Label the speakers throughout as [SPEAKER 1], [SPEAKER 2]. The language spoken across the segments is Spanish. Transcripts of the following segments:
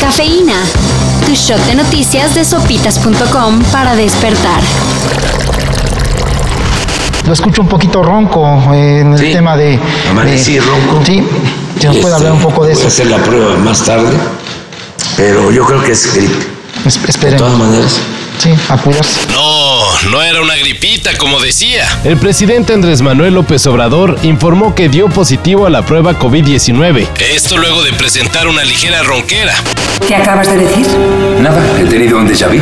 [SPEAKER 1] Cafeína. Tu shot de noticias de sopitas.com para despertar.
[SPEAKER 2] Lo escucho un poquito ronco eh, en el
[SPEAKER 3] Sí.
[SPEAKER 2] tema de.
[SPEAKER 3] Amanecí
[SPEAKER 2] de-
[SPEAKER 3] ronco.
[SPEAKER 2] Sí, si nos puede
[SPEAKER 3] Este,
[SPEAKER 2] hablar un poco de
[SPEAKER 3] voy a
[SPEAKER 2] eso.
[SPEAKER 3] hacer la prueba más tarde, pero yo creo que es gripe.
[SPEAKER 2] Es-
[SPEAKER 3] De todas
[SPEAKER 2] esperemos.
[SPEAKER 3] maneras.
[SPEAKER 2] Sí, a cuidarse.
[SPEAKER 4] No, no era una gripita como decía.
[SPEAKER 5] El presidente Andrés Manuel López Obrador informó que dio positivo a la prueba COVID-19.
[SPEAKER 4] Esto luego de presentar una ligera ronquera.
[SPEAKER 6] ¿Qué acabas de decir?
[SPEAKER 7] Nada, he tenido un déjà vu.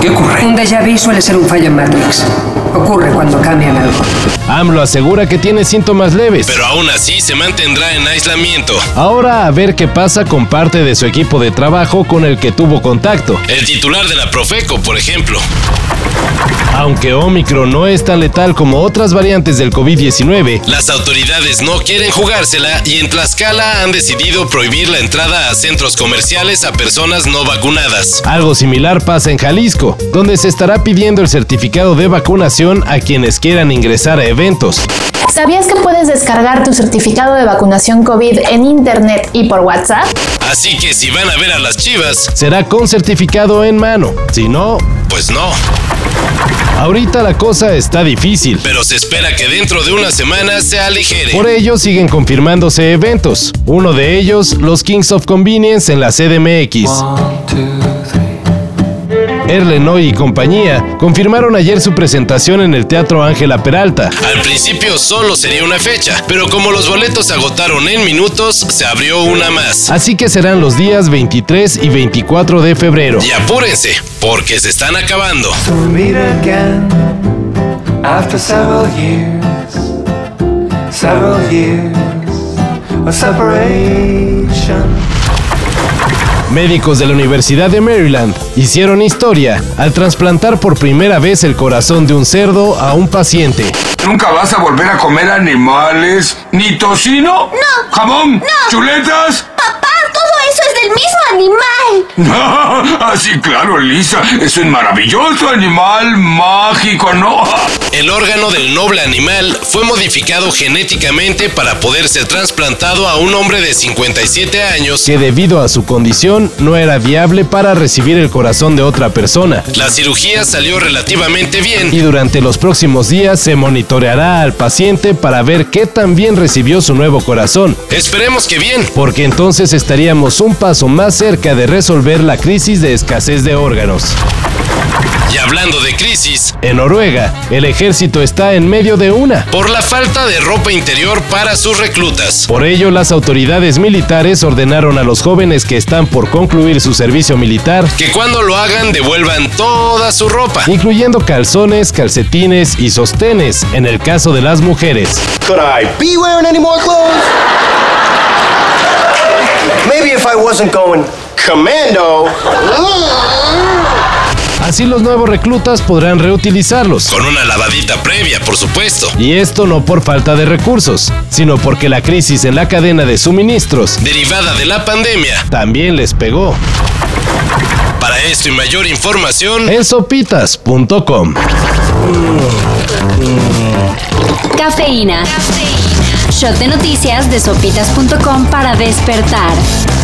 [SPEAKER 7] ¿Qué ocurre?
[SPEAKER 6] Un déjà vu suele ser un fallo en Matrix. Ocurre cuando cambian algo.
[SPEAKER 5] AMLO asegura que tiene síntomas leves.
[SPEAKER 4] Pero aún así se mantendrá en aislamiento.
[SPEAKER 5] Ahora a ver qué pasa con parte de su equipo de trabajo con el que tuvo contacto.
[SPEAKER 4] El titular de la Profeco, por ejemplo.
[SPEAKER 5] Aunque Omicron no es tan letal como otras variantes del COVID-19,
[SPEAKER 4] Las autoridades no quieren jugársela y en Tlaxcala han decidido prohibir la entrada a centros comerciales a personas no vacunadas.
[SPEAKER 5] algo similar pasa en Jalisco, donde se estará pidiendo el certificado de vacunación a quienes quieran ingresar a eventos.
[SPEAKER 8] ¿Sabías que puedes descargar tu certificado de vacunación COVID en internet y por WhatsApp?
[SPEAKER 4] Así que si van a ver a las chivas,
[SPEAKER 5] Será con certificado en mano, si no,
[SPEAKER 4] pues no.
[SPEAKER 5] ahorita la cosa está difícil.
[SPEAKER 4] Pero se espera que dentro de una semana se aligere.
[SPEAKER 5] Por ello siguen confirmándose eventos, uno de ellos los Kings of Convenience en la CDMX. Erlenoy y compañía confirmaron ayer su presentación en el Teatro Ángela Peralta.
[SPEAKER 4] Al principio solo sería una fecha, pero como los boletos se agotaron en minutos, se abrió una más.
[SPEAKER 5] Así que serán los días 23 y 24 de febrero.
[SPEAKER 4] Y apúrense, porque se están acabando.
[SPEAKER 7] We'll meet again after several years, several years of separation.
[SPEAKER 5] Médicos de la Universidad de Maryland hicieron historia al trasplantar por primera vez el corazón de un cerdo a un paciente.
[SPEAKER 9] ¿Nunca vas a volver a comer animales? ¿Ni tocino? No. ¿Jamón? No. ¿Chuletas?
[SPEAKER 10] Papá, todo eso es del mismo animal.
[SPEAKER 9] Así Ah, claro, Lisa. Es un maravilloso animal mágico, ¿no?
[SPEAKER 4] El órgano del noble animal fue modificado genéticamente para poder ser trasplantado a un hombre de 57 años.
[SPEAKER 5] que debido a su condición no era viable para recibir el corazón de otra persona.
[SPEAKER 4] La cirugía salió relativamente
[SPEAKER 5] Y
[SPEAKER 4] bien.
[SPEAKER 5] durante los próximos días se monitoreará al paciente para ver qué tan bien recibió su nuevo corazón,
[SPEAKER 4] Esperemos que bien.
[SPEAKER 5] porque entonces estaríamos un paso más cerca de resolver la crisis de escasez de órganos.
[SPEAKER 4] Y hablando de crisis,
[SPEAKER 5] En Noruega, el ejército está en medio de una.
[SPEAKER 4] por la falta de ropa interior para sus reclutas.
[SPEAKER 5] Por ello, las autoridades militares ordenaron a los jóvenes que están por concluir su servicio militar
[SPEAKER 4] Que cuando lo hagan devuelvan toda su ropa.
[SPEAKER 5] incluyendo calzones, calcetines y sostenes en el caso de las mujeres.
[SPEAKER 11] Could I be wearing any more clothes? Maybe if I wasn't going commando.
[SPEAKER 5] Así los nuevos reclutas podrán reutilizarlos.
[SPEAKER 4] Con una lavadita previa, por supuesto.
[SPEAKER 5] Y esto no por falta de recursos, sino porque la crisis en la cadena de suministros
[SPEAKER 4] Derivada de la pandemia.
[SPEAKER 5] también les pegó.
[SPEAKER 4] Para esto y mayor información,
[SPEAKER 5] En sopitas.com.
[SPEAKER 1] Cafeína. Shot de noticias de sopitas.com para despertar.